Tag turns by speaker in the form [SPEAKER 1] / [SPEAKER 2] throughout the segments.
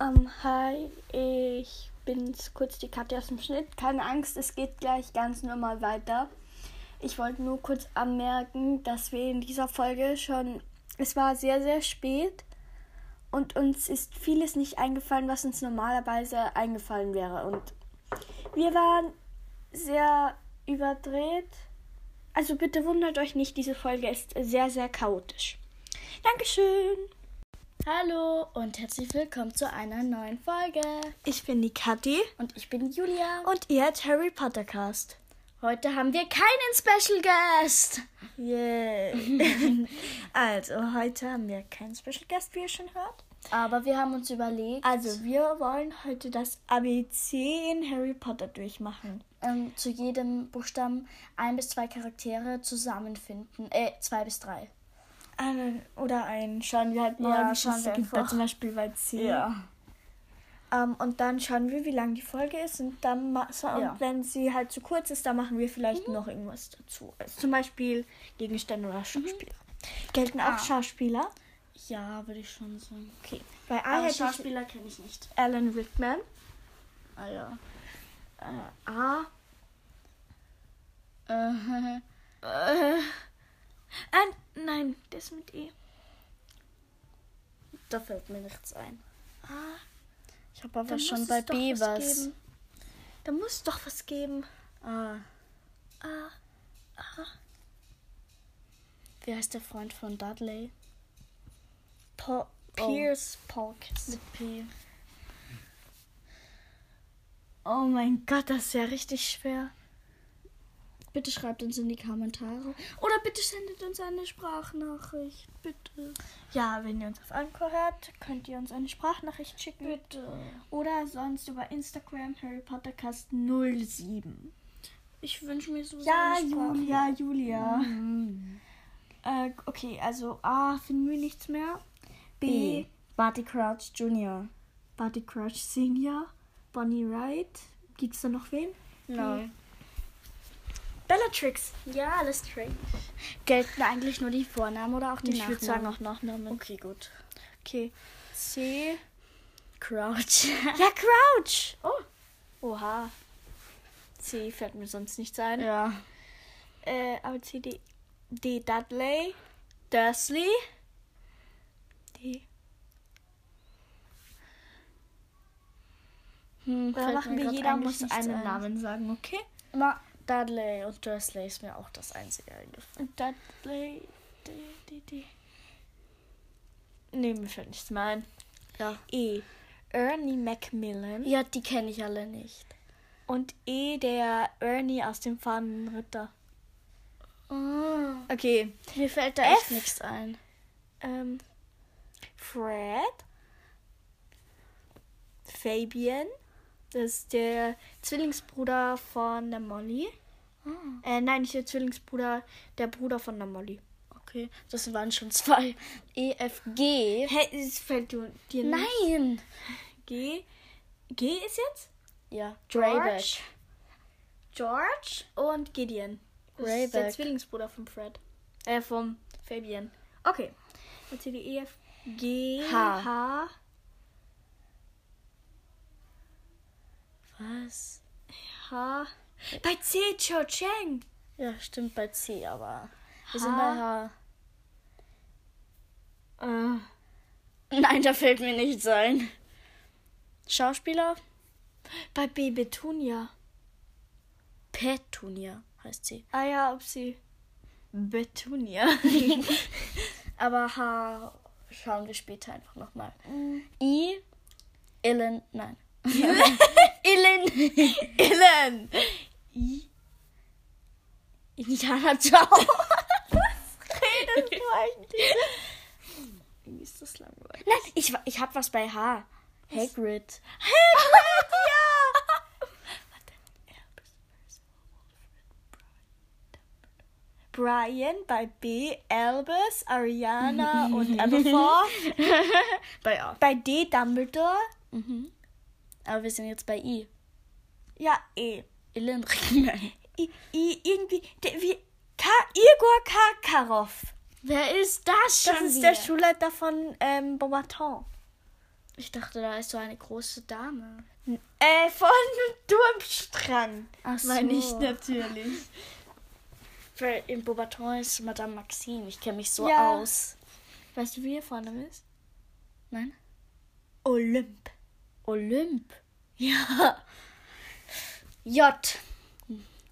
[SPEAKER 1] Ähm, hi, ich bin's kurz die Katja aus dem Schnitt. Keine Angst, es geht gleich ganz normal weiter. Ich wollte nur kurz anmerken, dass wir in dieser Folge schon, es war sehr, sehr spät und uns ist vieles nicht eingefallen, was uns normalerweise eingefallen wäre. Und wir waren sehr überdreht. Also bitte wundert euch nicht, diese Folge ist sehr, sehr chaotisch. Dankeschön.
[SPEAKER 2] Hallo und herzlich willkommen zu einer neuen Folge.
[SPEAKER 1] Ich bin die Kathi
[SPEAKER 2] Und ich bin Julia.
[SPEAKER 1] und ihr hört Harry Potter Cast.
[SPEAKER 2] Heute haben wir keinen Special Guest.
[SPEAKER 1] Yay. also, heute haben wir keinen Special Guest, wie ihr schon hört.
[SPEAKER 2] Aber wir haben uns überlegt,
[SPEAKER 1] Also, wir wollen heute das ABC in Harry Potter durchmachen.
[SPEAKER 2] ähm, zu jedem Buchstaben ein bis zwei Charaktere zusammenfinden. Äh, zwei bis drei.
[SPEAKER 1] Einen- Oder einen schauen wir halt mal,
[SPEAKER 2] Ja,
[SPEAKER 1] wie viel
[SPEAKER 2] schauen
[SPEAKER 1] es
[SPEAKER 2] wir
[SPEAKER 1] gibt,
[SPEAKER 2] einfach.
[SPEAKER 1] zum Beispiel bei C. Ähm, und dann schauen wir, wie lang die Folge ist. Und dann, ma- so-
[SPEAKER 2] Ja.
[SPEAKER 1] und wenn sie halt zu kurz ist, dann machen wir vielleicht noch irgendwas dazu. Also zum Beispiel Gegenstände oder Schauspieler. Gelten auch Schauspieler.
[SPEAKER 2] Ja, würde ich schon sagen.
[SPEAKER 1] Okay. Bei
[SPEAKER 2] Ah,
[SPEAKER 1] A hätte ich
[SPEAKER 2] kenne ich nicht.
[SPEAKER 1] Alan Rickman.
[SPEAKER 2] Ah ja.
[SPEAKER 1] A.
[SPEAKER 2] Äh,
[SPEAKER 1] Äh, äh, nein, das mit E.
[SPEAKER 2] da fällt mir nichts ein.
[SPEAKER 1] Ah,
[SPEAKER 2] Ich habe aber
[SPEAKER 1] da
[SPEAKER 2] schon
[SPEAKER 1] muss
[SPEAKER 2] bei
[SPEAKER 1] es doch
[SPEAKER 2] B was.
[SPEAKER 1] Geben. Da muss doch was geben.
[SPEAKER 2] Ah,
[SPEAKER 1] Ah,
[SPEAKER 2] wie heißt der Freund von Dudley?
[SPEAKER 1] Paul,
[SPEAKER 2] Oh.
[SPEAKER 1] Pierce Polkins.
[SPEAKER 2] Mit P.
[SPEAKER 1] Oh mein Gott, das ist ja richtig schwer.
[SPEAKER 2] Bitte schreibt uns in die Kommentare. Oder bitte sendet uns eine Sprachnachricht. Bitte.
[SPEAKER 1] Ja, wenn ihr uns auf Anchor hört, könnt ihr uns eine Sprachnachricht schicken.
[SPEAKER 2] Bitte.
[SPEAKER 1] Oder sonst über Instagram Harry Potter Cast 07.
[SPEAKER 2] Ich wünsche mir so
[SPEAKER 1] Ja,
[SPEAKER 2] sehr eine Sprach-
[SPEAKER 1] Julia, Julia. Äh, okay, also A finden wir nichts mehr. B,
[SPEAKER 2] B. Barty Crouch Jr.
[SPEAKER 1] Buddy Crush Senior. Bonnie Wright. Gibt's da noch wen?
[SPEAKER 2] Nein.
[SPEAKER 1] Bellatrix.
[SPEAKER 2] Ja, alles straight. Gelten eigentlich nur die Vornamen oder auch die
[SPEAKER 1] Ich
[SPEAKER 2] Nachnamen?
[SPEAKER 1] würde sagen auch Nachnamen.
[SPEAKER 2] Okay, gut.
[SPEAKER 1] Okay. C.
[SPEAKER 2] Crouch.
[SPEAKER 1] Ja, Crouch.
[SPEAKER 2] Oh.
[SPEAKER 1] Oha. C fällt mir sonst nichts ein.
[SPEAKER 2] Ja.
[SPEAKER 1] Äh, aber C, D, D, Dudley. Dursley. D.
[SPEAKER 2] Hm,
[SPEAKER 1] Dann
[SPEAKER 2] fällt
[SPEAKER 1] machen
[SPEAKER 2] mir
[SPEAKER 1] wir,
[SPEAKER 2] grad
[SPEAKER 1] jeder
[SPEAKER 2] eigentlich
[SPEAKER 1] muss
[SPEAKER 2] nichts
[SPEAKER 1] einen
[SPEAKER 2] ein.
[SPEAKER 1] Namen sagen, okay?
[SPEAKER 2] Ma Dudley und Dursley ist mir auch das einzige eingefallen.
[SPEAKER 1] Dudley, D, D, D. Nee, mir fällt nichts mehr ein.
[SPEAKER 2] Ja.
[SPEAKER 1] E. Ernie Macmillan.
[SPEAKER 2] Ja, die kenne ich alle nicht.
[SPEAKER 1] Und E, der Ernie aus dem fahrenden Ritter.
[SPEAKER 2] Ah.
[SPEAKER 1] Okay.
[SPEAKER 2] Mir fällt da
[SPEAKER 1] F.
[SPEAKER 2] echt nichts ein.
[SPEAKER 1] Ähm, Fred. Fabian. Das ist der Zwillingsbruder von der Molly.
[SPEAKER 2] Ah,
[SPEAKER 1] Äh, nein, nicht der Zwillingsbruder, der Bruder von der Molly.
[SPEAKER 2] Okay, das waren schon zwei. E, F, G.
[SPEAKER 1] Hey, es fällt dir dir nicht.
[SPEAKER 2] Nein!
[SPEAKER 1] G. G ist jetzt?
[SPEAKER 2] Ja,
[SPEAKER 1] George.
[SPEAKER 2] Greyback.
[SPEAKER 1] George und Gideon. Das ist der
[SPEAKER 2] Greyback.
[SPEAKER 1] Zwillingsbruder von Fred. Äh, vom Fabian. Okay. Und hier die E, F, G,
[SPEAKER 2] H.
[SPEAKER 1] H.
[SPEAKER 2] Was?
[SPEAKER 1] H. Bei C, Cho Chang.
[SPEAKER 2] Ja, stimmt bei C, aber wir
[SPEAKER 1] H.
[SPEAKER 2] sind bei H.
[SPEAKER 1] Äh,
[SPEAKER 2] Nein, da fällt mir nichts ein. Schauspieler?
[SPEAKER 1] bei B, Betunia.
[SPEAKER 2] Petunia heißt sie.
[SPEAKER 1] Ah ja, ob sie. Betunia.
[SPEAKER 2] Aber H schauen wir später einfach nochmal. I, Ellen, nein. Ellen!
[SPEAKER 1] Ellen.
[SPEAKER 2] Indiana Jones!
[SPEAKER 1] Redest du eigentlich? Irgendwie ist das langweilig.
[SPEAKER 2] Nein, ich, wa- ich hab was bei H. Hagrid.
[SPEAKER 1] Hagrid, ja! Brian bei B, Albus, Ariana und
[SPEAKER 2] äh,
[SPEAKER 1] Aberforth.
[SPEAKER 2] Mhm. Bei A.
[SPEAKER 1] Bei D, Dumbledore.
[SPEAKER 2] Mhm. Aber wir sind jetzt bei I.
[SPEAKER 1] Ja, E.
[SPEAKER 2] Ellen Rickman.
[SPEAKER 1] I, I irgendwie, der, wie, Ka, Igor Karkaroff.
[SPEAKER 2] Wer ist das schon
[SPEAKER 1] Das ist
[SPEAKER 2] wieder?
[SPEAKER 1] der Schulleiter von ähm, Bobaton.
[SPEAKER 2] Ich dachte, da ist so eine große Dame.
[SPEAKER 1] Äh, von Durmstrang.
[SPEAKER 2] Ach
[SPEAKER 1] Meine ich natürlich.
[SPEAKER 2] Weil in Beaubaton ist Madame Maxime. Ich kenne mich so
[SPEAKER 1] Ja.
[SPEAKER 2] aus. Weißt du, wie ihr vorne ist? Nein?
[SPEAKER 1] Olymp.
[SPEAKER 2] Olymp. Ja. J.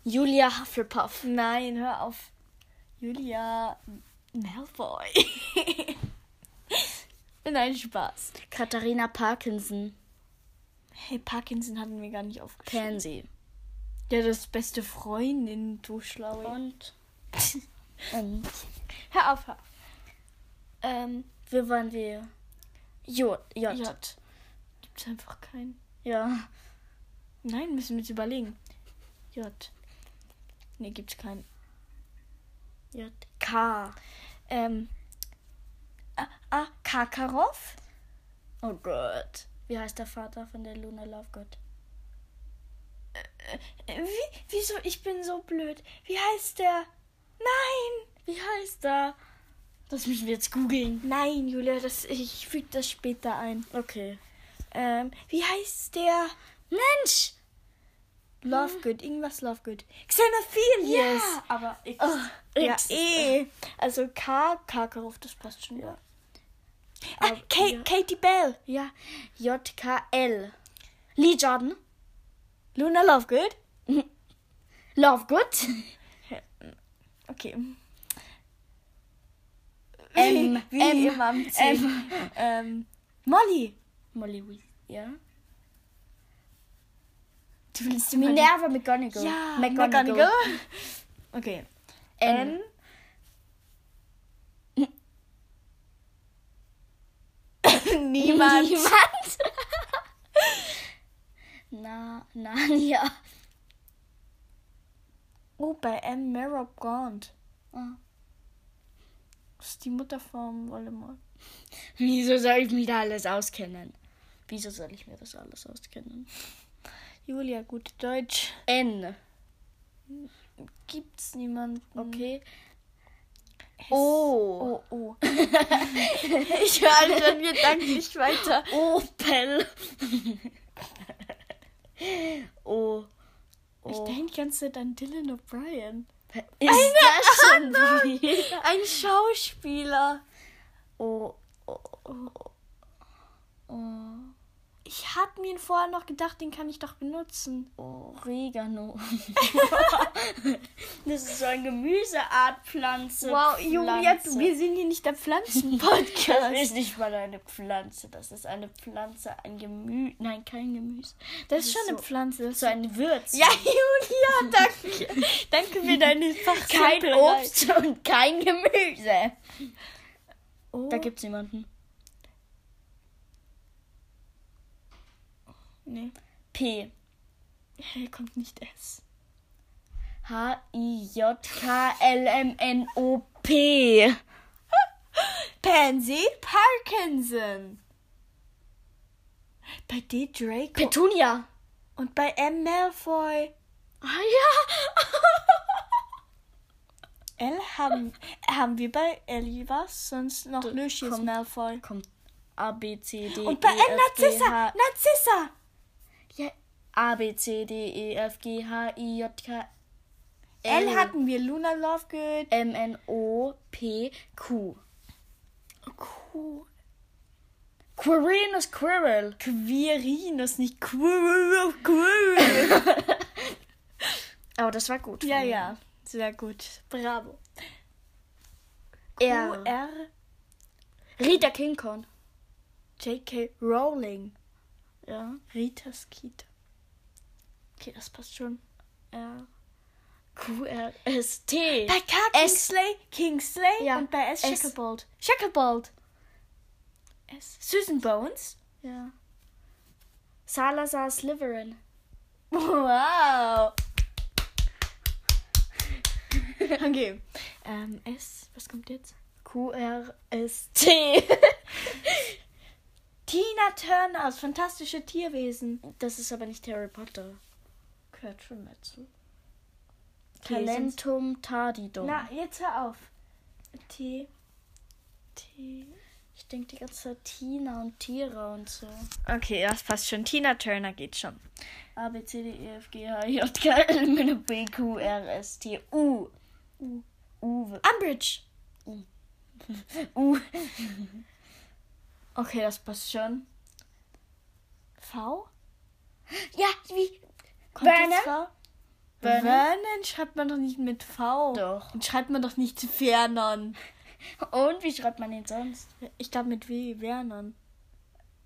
[SPEAKER 2] Julia Hufflepuff.
[SPEAKER 1] Nein, hör auf. Julia Malfoy. Nein, Spaß.
[SPEAKER 2] Katharina Parkinson.
[SPEAKER 1] Hey, Parkinson hatten wir gar nicht aufgeschrieben.
[SPEAKER 2] Pansy.
[SPEAKER 1] Ja, das beste Freundin, du Schlaue.
[SPEAKER 2] Und. Und.
[SPEAKER 1] Hör auf, hör auf. Ähm,
[SPEAKER 2] Wie waren wir? J. J.
[SPEAKER 1] J. Gibt's einfach keinen.
[SPEAKER 2] Ja.
[SPEAKER 1] Nein, müssen wir uns überlegen. J. Nee, gibt's keinen.
[SPEAKER 2] J. K.
[SPEAKER 1] Ähm. Ah, ah Karkaroff?
[SPEAKER 2] Oh Gott. Wie heißt der Vater von der Luna Lovegood?
[SPEAKER 1] Äh, Wie, wieso? Ich bin so blöd. Wie heißt der? Nein!
[SPEAKER 2] Wie heißt er? Das müssen wir jetzt googeln.
[SPEAKER 1] Nein, Julia, das, ich füge das später ein.
[SPEAKER 2] Okay.
[SPEAKER 1] Ähm, wie heißt der?
[SPEAKER 2] Mensch!
[SPEAKER 1] Lovegood, irgendwas Lovegood. Xenophilius!
[SPEAKER 2] Hm. Ja,
[SPEAKER 1] aber X.
[SPEAKER 2] Oh,
[SPEAKER 1] ja,
[SPEAKER 2] X.
[SPEAKER 1] eh. Also K, Karkaroff, das passt schon. Ja. Ah,
[SPEAKER 2] Aber-
[SPEAKER 1] Kate,
[SPEAKER 2] ja.
[SPEAKER 1] Katie Bell.
[SPEAKER 2] Ja. JKL. Lee Jordan.
[SPEAKER 1] Luna Lovegood.
[SPEAKER 2] Lovegood.
[SPEAKER 1] Okay.
[SPEAKER 2] M,
[SPEAKER 1] wie
[SPEAKER 2] M,
[SPEAKER 1] immer am C.
[SPEAKER 2] M.
[SPEAKER 1] Ähm, Molly.
[SPEAKER 2] Molly Weasley. Ja.
[SPEAKER 1] Du willst
[SPEAKER 2] Minerva McGonagall.
[SPEAKER 1] Ja,
[SPEAKER 2] McGonagall.
[SPEAKER 1] Okay.
[SPEAKER 2] N.
[SPEAKER 1] N. Niemand.
[SPEAKER 2] Niemand. Na, Narnia.
[SPEAKER 1] Oh, bei M. Merrow-Gaunt.
[SPEAKER 2] Ah.
[SPEAKER 1] Das ist die Mutter von Voldemort.
[SPEAKER 2] Wieso soll ich mich da alles auskennen? Wieso soll ich mir das alles auskennen?
[SPEAKER 1] Julia, gut Deutsch.
[SPEAKER 2] N.
[SPEAKER 1] Gibt's niemanden.
[SPEAKER 2] Okay.
[SPEAKER 1] Es- Oh,
[SPEAKER 2] O.
[SPEAKER 1] oh. ich höre alle dann gedanklich weiter.
[SPEAKER 2] Oh, Opel. o.
[SPEAKER 1] Ich
[SPEAKER 2] o.
[SPEAKER 1] denke die ganze Zeit an Dylan O'Brien.
[SPEAKER 2] Ist das schon wieder?
[SPEAKER 1] Ein Schauspieler.
[SPEAKER 2] O. O.
[SPEAKER 1] Oh,
[SPEAKER 2] O.
[SPEAKER 1] Ich hab mir ihn vorher noch gedacht, den kann ich doch benutzen.
[SPEAKER 2] Oregano. das ist so eine Gemüseart Pflanze. Pflanze.
[SPEAKER 1] sind hier nicht der
[SPEAKER 2] Das ist
[SPEAKER 1] Pflanzen-Podcast.
[SPEAKER 2] nicht mal eine Pflanze. Das ist eine Pflanze, ein Gemüse. Nein, kein Gemüse. Das ist schon eine Pflanze.
[SPEAKER 1] Pflanze. das
[SPEAKER 2] So ein Würz.
[SPEAKER 1] Ja, Julia, danke. danke für deine
[SPEAKER 2] kein
[SPEAKER 1] Fachsimpelheit.
[SPEAKER 2] Obst und kein Gemüse.
[SPEAKER 1] Oh.
[SPEAKER 2] Da gibt's niemanden.
[SPEAKER 1] nee.
[SPEAKER 2] P.
[SPEAKER 1] Hey, kommt nicht S.
[SPEAKER 2] H I J K L M N O P.
[SPEAKER 1] Pansy Parkinson. Bei D. Draco.
[SPEAKER 2] Petunia.
[SPEAKER 1] und bei M. Malfoy.
[SPEAKER 2] Ah ja.
[SPEAKER 1] L haben, haben wir bei Ellie was, sonst noch
[SPEAKER 2] Du-
[SPEAKER 1] Lucius
[SPEAKER 2] kommt-
[SPEAKER 1] Malfoy.
[SPEAKER 2] Kommt A B C D
[SPEAKER 1] Und bei
[SPEAKER 2] E
[SPEAKER 1] M.
[SPEAKER 2] F G
[SPEAKER 1] Narzissa.
[SPEAKER 2] H
[SPEAKER 1] Narzissa.
[SPEAKER 2] ja. A B C D E F G H I J K
[SPEAKER 1] L hatten wir Luna Lovegood.
[SPEAKER 2] M N O P Q.
[SPEAKER 1] Q.
[SPEAKER 2] Quirinus Quirrell.
[SPEAKER 1] Quirinus, nicht Quirrell. Quirrell.
[SPEAKER 2] Aber das war gut.
[SPEAKER 1] ja,
[SPEAKER 2] von mir.
[SPEAKER 1] ja. Sehr gut. Bravo.
[SPEAKER 2] R.
[SPEAKER 1] R.
[SPEAKER 2] Rita King Kong.
[SPEAKER 1] J.K. Rowling.
[SPEAKER 2] Ja.
[SPEAKER 1] Rita Skeeter. Okay, das passt schon.
[SPEAKER 2] R. Q R S T.
[SPEAKER 1] Bei K.
[SPEAKER 2] S.
[SPEAKER 1] Kingsley, Kingsley
[SPEAKER 2] Ja,
[SPEAKER 1] und bei S.
[SPEAKER 2] S.
[SPEAKER 1] Shacklebolt.
[SPEAKER 2] Shacklebolt.
[SPEAKER 1] S. Susan Bones.
[SPEAKER 2] Ja. Salazar Slytherin.
[SPEAKER 1] Wow. Okay. Ähm, S. Was kommt jetzt?
[SPEAKER 2] Q R S T.
[SPEAKER 1] Tina Turner aus Fantastische Tierwesen.
[SPEAKER 2] Das ist aber nicht Harry Potter.
[SPEAKER 1] Gehört schon dazu.
[SPEAKER 2] Talentum Tardidum.
[SPEAKER 1] Na, jetzt hör auf. T. T.
[SPEAKER 2] Ich denke die ganze Zeit Tina und Tira und so.
[SPEAKER 1] Okay, das passt schon. Tina Turner geht schon.
[SPEAKER 2] A, B, C, D, E, F, G, H, I, J, K, L, M, N, O, P, Q, R, S, T, U. U. Uwe.
[SPEAKER 1] Umbridge.
[SPEAKER 2] U. Okay, das passt schon. V?
[SPEAKER 1] Ja, wie?
[SPEAKER 2] Kommt das
[SPEAKER 1] Vernon?
[SPEAKER 2] V?
[SPEAKER 1] Vernon?
[SPEAKER 2] Vernon?
[SPEAKER 1] schreibt man doch nicht mit V.
[SPEAKER 2] Doch.
[SPEAKER 1] Und schreibt man doch nicht Vernon.
[SPEAKER 2] Und wie schreibt man den sonst?
[SPEAKER 1] Ich glaube mit W, Vernon.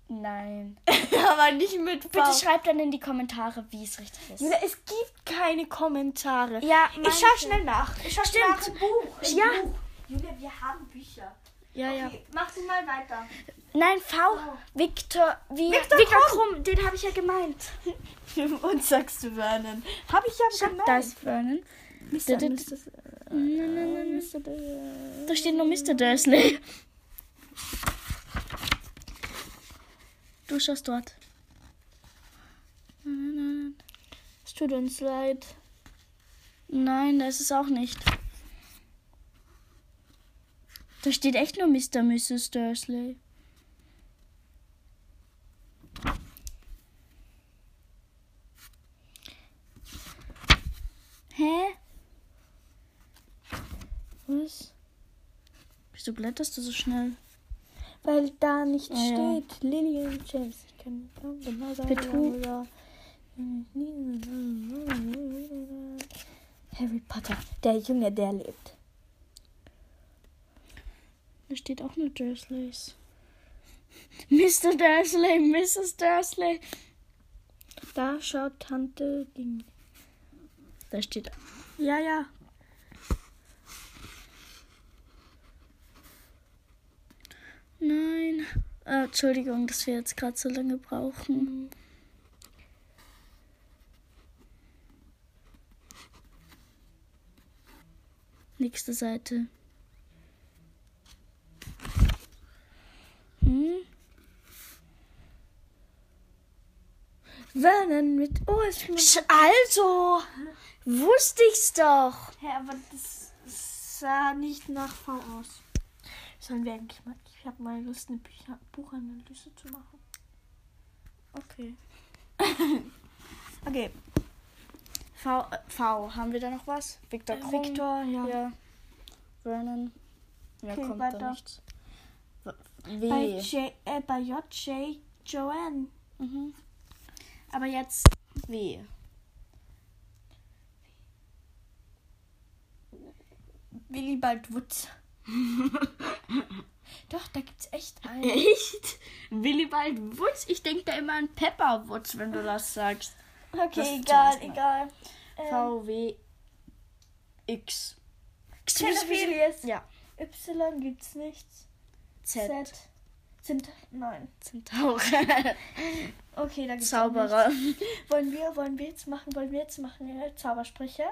[SPEAKER 2] Nein.
[SPEAKER 1] Aber nicht mit V.
[SPEAKER 2] Bitte schreibt dann in die Kommentare, wie es richtig ist.
[SPEAKER 1] Julia, es gibt keine Kommentare.
[SPEAKER 2] Ja,
[SPEAKER 1] ich schau schnell nach. Ich schau schnell nach.
[SPEAKER 2] Stimmt.
[SPEAKER 1] Buch.
[SPEAKER 2] Im
[SPEAKER 1] Ja.
[SPEAKER 2] Buch.
[SPEAKER 1] Julia, wir haben Bücher.
[SPEAKER 2] Ja, ja.
[SPEAKER 1] mach du mal weiter.
[SPEAKER 2] Nein, V. Victor, wie,
[SPEAKER 1] Victor Krumm.
[SPEAKER 2] den habe ich ja gemeint.
[SPEAKER 1] Und sagst du Vernon. Hab ich ja schon
[SPEAKER 2] Da ist Vernon.
[SPEAKER 1] Mr.
[SPEAKER 2] Da- da-
[SPEAKER 1] Mr.
[SPEAKER 2] Nein, nein, nein, Mr. Dursley. Da steht nur Mr. Dursley. Du schaust dort. Nein, nein, nein. Es tut uns leid. Nein, da ist es auch nicht. Da steht echt nur Mr. Mrs. Dursley. Hä? Was? Wieso blätterst du so schnell?
[SPEAKER 1] Weil da nicht
[SPEAKER 2] ja.
[SPEAKER 1] steht Lillian James. Ich kann kaum genau sagen,
[SPEAKER 2] Petu.
[SPEAKER 1] wer- Harry Potter, der Junge, der lebt.
[SPEAKER 2] Da steht auch nur Dursleys. Mr. Dursley, Mrs. Dursley.
[SPEAKER 1] Da schaut Tante Ding.
[SPEAKER 2] Da steht.
[SPEAKER 1] Ja, ja.
[SPEAKER 2] Nein. Äh, Entschuldigung, dass wir jetzt gerade so lange brauchen. Nächste Seite. Hm?
[SPEAKER 1] Vernon mit Oh, ich muss.
[SPEAKER 2] Sch- Also, wusste ich's doch.
[SPEAKER 1] Hä, aber das sah nicht nach V aus. Sollen wir eigentlich mal. Ich habe mal Lust, eine Bücher Buchanalyse zu machen.
[SPEAKER 2] Okay.
[SPEAKER 1] Okay,
[SPEAKER 2] V, äh, v, haben wir da noch was? Victor
[SPEAKER 1] äh,
[SPEAKER 2] Krumm.
[SPEAKER 1] Victor, ja.
[SPEAKER 2] Ja. Vernon. Ja,
[SPEAKER 1] Okay,
[SPEAKER 2] kommt
[SPEAKER 1] weiter.
[SPEAKER 2] da nichts.
[SPEAKER 1] Bei,
[SPEAKER 2] W.
[SPEAKER 1] J, äh, bei JJ Joanne.
[SPEAKER 2] Mhm.
[SPEAKER 1] Aber jetzt
[SPEAKER 2] W.
[SPEAKER 1] Willibald Wutz. Doch, da gibt's echt einen.
[SPEAKER 2] Echt? Willibald Wutz? Ich denke da immer an Pepper Wutz, wenn du das sagst. Das
[SPEAKER 1] Okay,
[SPEAKER 2] ist
[SPEAKER 1] egal,
[SPEAKER 2] zumindest
[SPEAKER 1] egal. Ähm,
[SPEAKER 2] V, W, X. X
[SPEAKER 1] Xenophilius.
[SPEAKER 2] Ja.
[SPEAKER 1] Y gibt's nichts.
[SPEAKER 2] Z.
[SPEAKER 1] Sind nein.
[SPEAKER 2] Zentaure.
[SPEAKER 1] Okay, da gibt's auch
[SPEAKER 2] Zauberer.
[SPEAKER 1] nichts. Wollen wir, wollen wir jetzt machen, wollen wir jetzt machen äh, Zaubersprüche?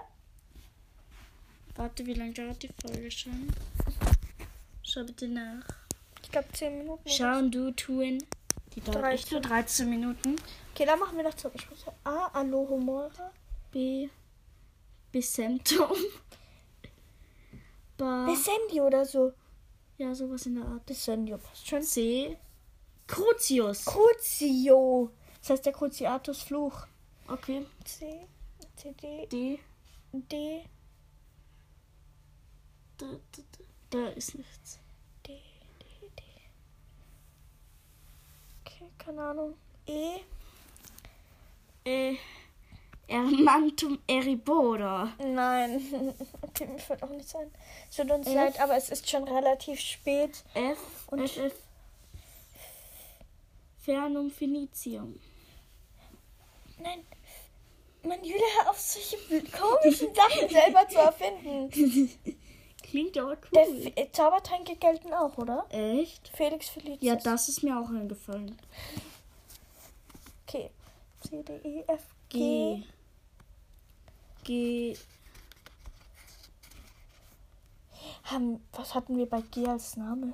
[SPEAKER 2] Warte, wie lange dauert die Folge schon? Schau bitte nach.
[SPEAKER 1] Ich glaube 10 Minuten.
[SPEAKER 2] Schauen du, tun. Die dauert echt nur 13 Minuten.
[SPEAKER 1] Okay, dann machen wir noch Zaubersprüche. A, Alohomora.
[SPEAKER 2] B. Besentum. Ba.
[SPEAKER 1] Besendio oder so.
[SPEAKER 2] ja, sowas in der Art.
[SPEAKER 1] Besendio passt schon.
[SPEAKER 2] C. Crucius.
[SPEAKER 1] Crucio. Das heißt der Cruciatus Fluch.
[SPEAKER 2] Okay.
[SPEAKER 1] C, C, D,
[SPEAKER 2] D.
[SPEAKER 1] D,
[SPEAKER 2] Da, da, da. da ist nichts.
[SPEAKER 1] D, D, D. Okay, keine Ahnung. E.
[SPEAKER 2] Äh. Ermantum Eribora.
[SPEAKER 1] Nein. Okay, mir fällt auch nichts ein. Es tut uns
[SPEAKER 2] F.
[SPEAKER 1] leid, aber es ist schon relativ spät.
[SPEAKER 2] F.
[SPEAKER 1] Und-
[SPEAKER 2] F, F. Fernum Finitium.
[SPEAKER 1] Nein. Man, Julia, hör auf solche komischen Sachen selber zu erfinden.
[SPEAKER 2] Klingt aber
[SPEAKER 1] Der
[SPEAKER 2] cool.
[SPEAKER 1] F- äh, Zaubertränke gelten auch, oder?
[SPEAKER 2] Echt?
[SPEAKER 1] Felix Felicis.
[SPEAKER 2] Ja, das ist mir auch eingefallen.
[SPEAKER 1] Okay. C, D, E, F, G.
[SPEAKER 2] G. G.
[SPEAKER 1] Haben, was hatten wir bei G als Name?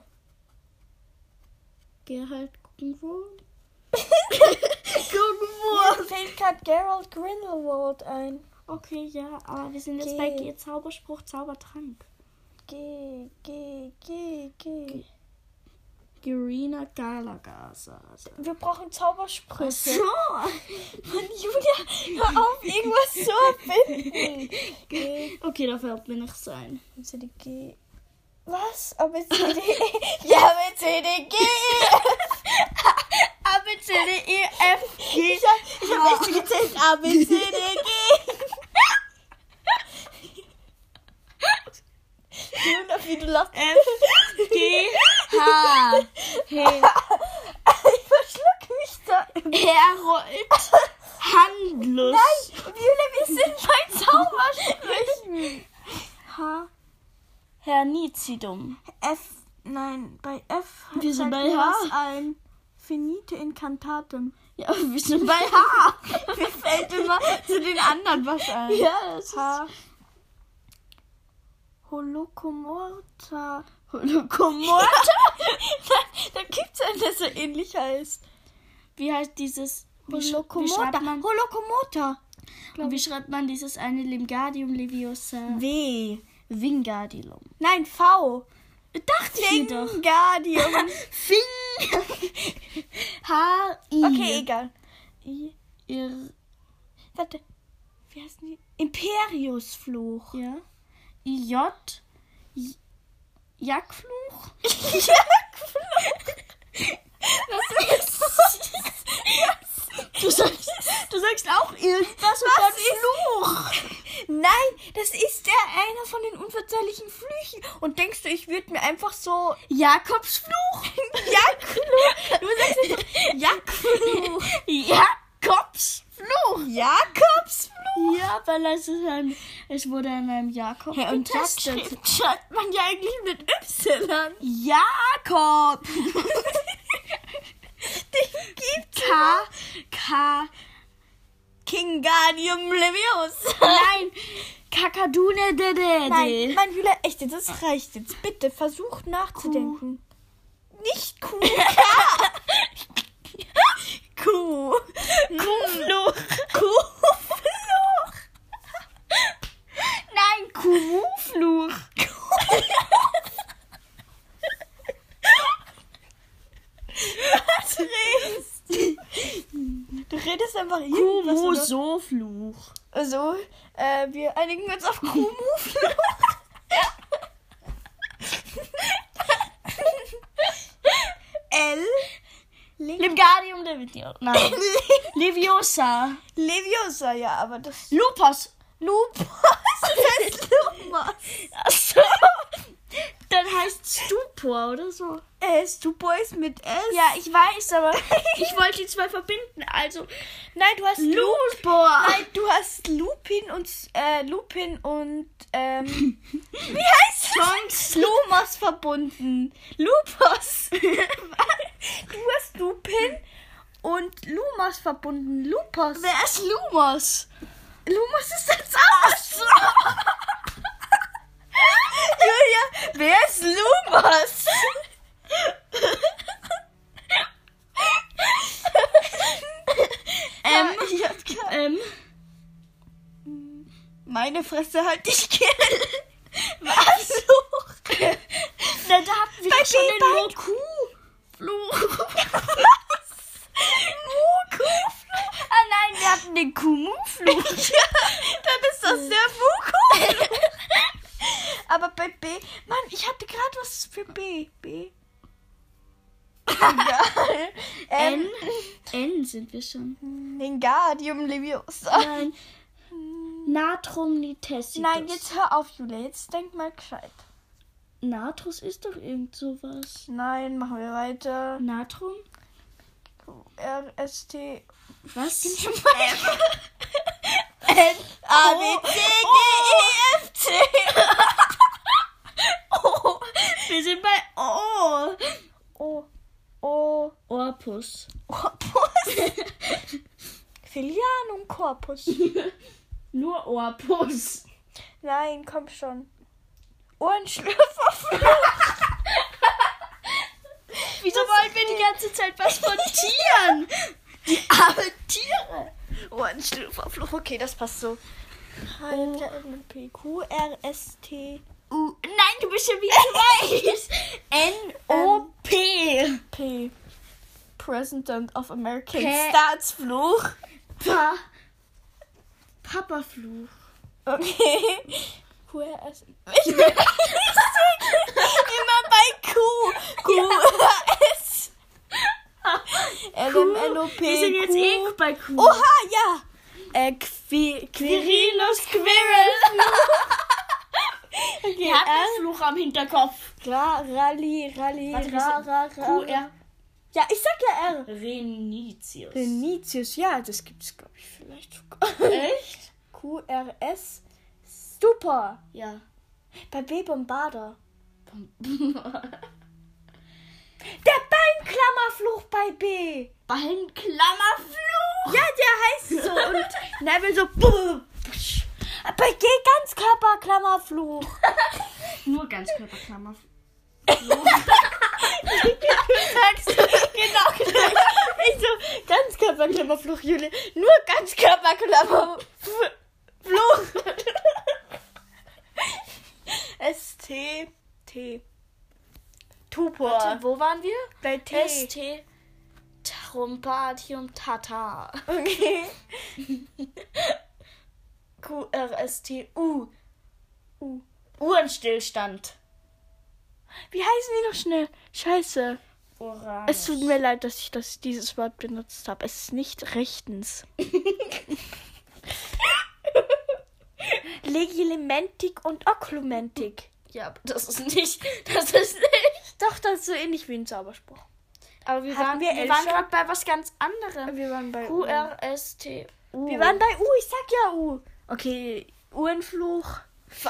[SPEAKER 2] Gerhard Guggenwurm.
[SPEAKER 1] Mir
[SPEAKER 2] Guggenwurm.
[SPEAKER 1] fällt gerade Gerald Grindelwald ein.
[SPEAKER 2] Okay, ja, aber wir sind jetzt
[SPEAKER 1] G.
[SPEAKER 2] bei G. Zauberspruch, Zaubertrank.
[SPEAKER 1] G, G, G, G.
[SPEAKER 2] Gerina Galagasa.
[SPEAKER 1] Wir brauchen Zaubersprüche. Mann, Julia, hör auf, irgendwas zu erfinden. G-
[SPEAKER 2] Okay, da fällt mir nichts ein.
[SPEAKER 1] C, D, G. Was? A, B, C, D, E. Ja, A, B, C, D, G, E, F. A, B, C, D, E, F, G. Ich hab, ich hab echt gezählt. A, B, C, D, G. Julia, wie du lachst.
[SPEAKER 2] F, G, H. Hey.
[SPEAKER 1] Ich verschluck mich da.
[SPEAKER 2] Herold Handlus.
[SPEAKER 1] Nein, Julia, wir sind bei Zaubersprüchen.
[SPEAKER 2] H. Hernizidum.
[SPEAKER 3] F, nein, bei F
[SPEAKER 2] Wir sind
[SPEAKER 3] fällt
[SPEAKER 2] bei
[SPEAKER 3] mir
[SPEAKER 2] H.
[SPEAKER 3] was ein. Finite incantatem.
[SPEAKER 2] Ja, wir sind bei H.
[SPEAKER 3] Mir fällt immer zu den anderen was ein.
[SPEAKER 2] Ja, das ist
[SPEAKER 3] H. Holokomorta.
[SPEAKER 2] Holokomort.
[SPEAKER 1] Da gibt's einen, der so ähnlich heißt.
[SPEAKER 2] Wie heißt dieses? Wie, sch wie
[SPEAKER 1] Holokomota.
[SPEAKER 2] schreibt man?
[SPEAKER 1] Holokomota.
[SPEAKER 2] Und wie schreibt man dieses eine Limgardium Leviosa?
[SPEAKER 1] W.
[SPEAKER 2] Wingardium.
[SPEAKER 1] Nein, V.
[SPEAKER 2] Dachte ich mir doch.
[SPEAKER 1] Wingardium.
[SPEAKER 2] Fing. H I.
[SPEAKER 1] Okay, egal.
[SPEAKER 2] I. Ir.
[SPEAKER 1] Warte. Wie heißt die? Imperiusfluch.
[SPEAKER 2] Ja. I J. J- Jagdfluch. Du sagst, du sagst auch irgendwas mit
[SPEAKER 1] Was
[SPEAKER 2] deinem
[SPEAKER 1] ist Fluch? Nein, das ist der einer von den unverzeihlichen Flüchen. Und denkst du, ich würde mir einfach so
[SPEAKER 2] Jakobsfluch.
[SPEAKER 1] Jakfluch. Du sagst nicht so Jakfluch.
[SPEAKER 2] Jakobsfluch.
[SPEAKER 1] Jakobsfluch.
[SPEAKER 2] Ja, weil es, ist ein, es wurde an einem Jakob
[SPEAKER 1] Hä, und das
[SPEAKER 2] getestet.
[SPEAKER 1] schreibt, schreibt man ja eigentlich mit Y.
[SPEAKER 2] Jakob.
[SPEAKER 1] Den gibt's.
[SPEAKER 2] K. K.
[SPEAKER 1] Kingardium Leviosa.
[SPEAKER 2] Nein. Kakadune Dede.
[SPEAKER 1] Nein, mein Hühler, echt, jetzt, das reicht jetzt. Bitte, versuch nachzudenken. Nicht Kuh. Kuh. Kuhfluch. Kuhfluch.
[SPEAKER 2] Nein, Kurufluch.
[SPEAKER 1] Du redest. Du redest einfach irgendwas. oder-
[SPEAKER 2] Kurusofluch.
[SPEAKER 1] Also, äh, wir einigen uns auf Kuhmufluch. L.
[SPEAKER 2] Limgardium Leviosa. Nein. Leviosa.
[SPEAKER 1] Leviosa, ja, aber das.
[SPEAKER 2] Lupus.
[SPEAKER 1] Lupus. Das ist Lupus.
[SPEAKER 2] Achso. Dann heißt Stupor oder so.
[SPEAKER 1] Äh, Stupor ist mit S.
[SPEAKER 2] Ja, ich weiß, aber ich wollte die zwei verbinden. Also
[SPEAKER 1] Nein, du hast Lu
[SPEAKER 2] Lupor.
[SPEAKER 1] Nein, du hast Lupin und äh, Lupin und ähm, wie heißt das? Lumos verbunden. Lupus. du hast Lupin und Lumos verbunden. Lupus.
[SPEAKER 2] Wer ist Lumos?
[SPEAKER 1] Lumos ist das Arschloch. Julia, wer ist Lumos?
[SPEAKER 2] Ähm,
[SPEAKER 1] ich hab keine
[SPEAKER 2] ähm,
[SPEAKER 1] Meine Fresse halt dich kill. Was? Fluch.
[SPEAKER 2] da, da hatten wir
[SPEAKER 1] Bei
[SPEAKER 2] schon
[SPEAKER 1] B-
[SPEAKER 2] den
[SPEAKER 1] bei-
[SPEAKER 2] Roku.
[SPEAKER 1] Fluch. Muku.
[SPEAKER 2] Ah nein, wir hatten den Kumu-Fluch.
[SPEAKER 1] Ja, dann ist das der Muku. Aber bei B. Mann, ich hatte gerade was für B. B. Egal.
[SPEAKER 2] N.
[SPEAKER 1] ähm,
[SPEAKER 2] N sind wir schon.
[SPEAKER 1] Ningardium Leviosa.
[SPEAKER 2] Nein. Natrum Nitessitus.
[SPEAKER 1] Nein, jetzt hör auf, Julia. Jetzt denk mal gescheit.
[SPEAKER 2] Natrus ist doch irgend sowas.
[SPEAKER 1] Nein, machen wir weiter.
[SPEAKER 2] Natrum?
[SPEAKER 1] R, S, T.
[SPEAKER 2] Was?
[SPEAKER 1] N A B C G E F C.
[SPEAKER 2] Oh, wir sind bei O.
[SPEAKER 1] O O
[SPEAKER 2] Orpus.
[SPEAKER 1] Corpus. Filianum Corpus.
[SPEAKER 2] Nur Orpus.
[SPEAKER 1] Nein, komm schon. Ohrenschlüpferfluch.
[SPEAKER 2] Wieso wollen wir die ganze Zeit was von Tieren? Die armen Tiere.
[SPEAKER 1] Ohrenschlüpferfluch. Okay, das passt so. P Q R S T
[SPEAKER 2] U. Oh. Nein, du bist schon wieder weiß. N-O-P.
[SPEAKER 1] P. President of American
[SPEAKER 2] P.
[SPEAKER 1] Staatsfluch.
[SPEAKER 2] Pa. Papafluch.
[SPEAKER 1] Okay.
[SPEAKER 4] QRS.
[SPEAKER 1] Immer bei Q. Q. S. L M N O P.
[SPEAKER 2] Wir sind jetzt
[SPEAKER 1] Q.
[SPEAKER 2] eh bei Q.
[SPEAKER 1] Oha, ja. Äh, Qui
[SPEAKER 2] Quirilus Quirrell. okay, Fluch am Hinterkopf.
[SPEAKER 1] Ra, Rally, Rally,
[SPEAKER 2] Warte,
[SPEAKER 1] Ra,
[SPEAKER 2] was ist-
[SPEAKER 1] Ra, Ra.
[SPEAKER 2] QR.
[SPEAKER 1] Ja, ich sag ja R.
[SPEAKER 2] Renitius.
[SPEAKER 1] Venitius, ja, das gibt's, glaube ich, vielleicht sogar.
[SPEAKER 2] Äh? Echt?
[SPEAKER 1] QRS. Super.
[SPEAKER 2] Ja.
[SPEAKER 1] Bei B Bombarder.
[SPEAKER 2] Ballenklammerfluch.
[SPEAKER 1] Der Beinklammerfluch bei B. Ja, der heißt so. Und Neville so. buh, psch. Bei G Ganzkörperklammerfluch.
[SPEAKER 2] Nur Ganzkörperklammerfluch.
[SPEAKER 1] genau gleich. Ich so, Ganzkörperklammerfluch, Jule. Nur Ganzkörperklammerfluch. ST. T. Tupor.
[SPEAKER 2] Wo waren wir?
[SPEAKER 1] Bei T.
[SPEAKER 2] ST. Trumpatium Tata.
[SPEAKER 1] Okay.
[SPEAKER 2] QRSTU. U. Uhrenstillstand.
[SPEAKER 1] Wie heißen die noch schnell? Scheiße.
[SPEAKER 2] Uran.
[SPEAKER 1] Es tut mir leid, dass ich das, dieses Wort benutzt habe. Es ist nicht rechtens. Legilementik und Oklumentik.
[SPEAKER 2] Ja, aber das ist nicht. Das ist nicht.
[SPEAKER 1] Doch, das ist so ähnlich wie ein Zauberspruch.
[SPEAKER 2] Aber wir
[SPEAKER 1] Hatten
[SPEAKER 2] waren,
[SPEAKER 1] wir
[SPEAKER 2] wir
[SPEAKER 1] Elsa?
[SPEAKER 2] waren gerade bei was ganz anderem.
[SPEAKER 1] Wir waren bei U.
[SPEAKER 2] QRSTU.
[SPEAKER 1] Wir waren bei U, ich sag ja U. Okay, Uhrenfluch.
[SPEAKER 2] V.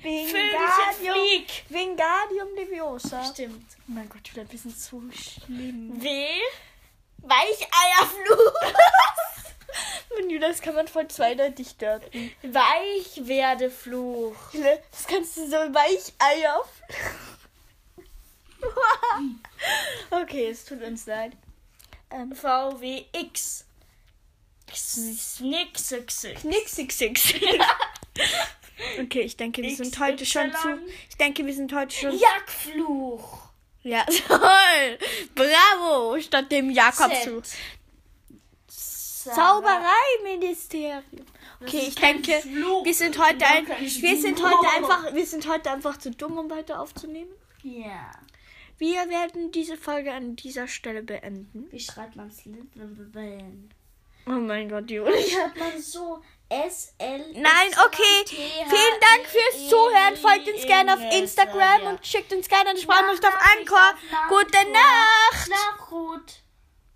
[SPEAKER 2] Vögelchen
[SPEAKER 1] Wingardium,
[SPEAKER 2] Flieg.
[SPEAKER 1] Wingardium Leviosa.
[SPEAKER 2] Stimmt.
[SPEAKER 1] Oh mein Gott, Julia, wir sind so schlimm.
[SPEAKER 2] W. Weicheierfluch.
[SPEAKER 1] Mit Julia, das kann man voll zweideutig dörten.
[SPEAKER 2] Weichwerdefluch.
[SPEAKER 1] Julia, Das kannst du so weicheier. okay, es tut uns leid.
[SPEAKER 2] Ähm. VWX. Snicksix.
[SPEAKER 1] Nixixix. Okay, ich denke, wir sind heute schon zu.
[SPEAKER 2] XY.
[SPEAKER 1] Ich denke, wir sind heute schon.
[SPEAKER 2] Jagdfluch.
[SPEAKER 1] Ja, toll! Bravo! Statt dem Jakobsfluch. Zaubereiministerium. Okay, ich denke,
[SPEAKER 2] Fluch.
[SPEAKER 1] wir sind heute ein, wir sind heute
[SPEAKER 2] Wow.
[SPEAKER 1] einfach, wir sind heute einfach zu dumm, um weiter aufzunehmen.
[SPEAKER 2] Ja.
[SPEAKER 1] Wir werden diese Folge an dieser Stelle beenden.
[SPEAKER 2] Wie schreibt man Slytherin?
[SPEAKER 1] Oh mein Gott, Julia.
[SPEAKER 2] Schreibt man so S L
[SPEAKER 1] Nein, okay. Vielen Dank fürs Zuhören. Folgt uns gerne auf Instagram und schickt uns gerne eine Sprachnuss auf Anchor. Gute Nacht!
[SPEAKER 2] Schlafrot.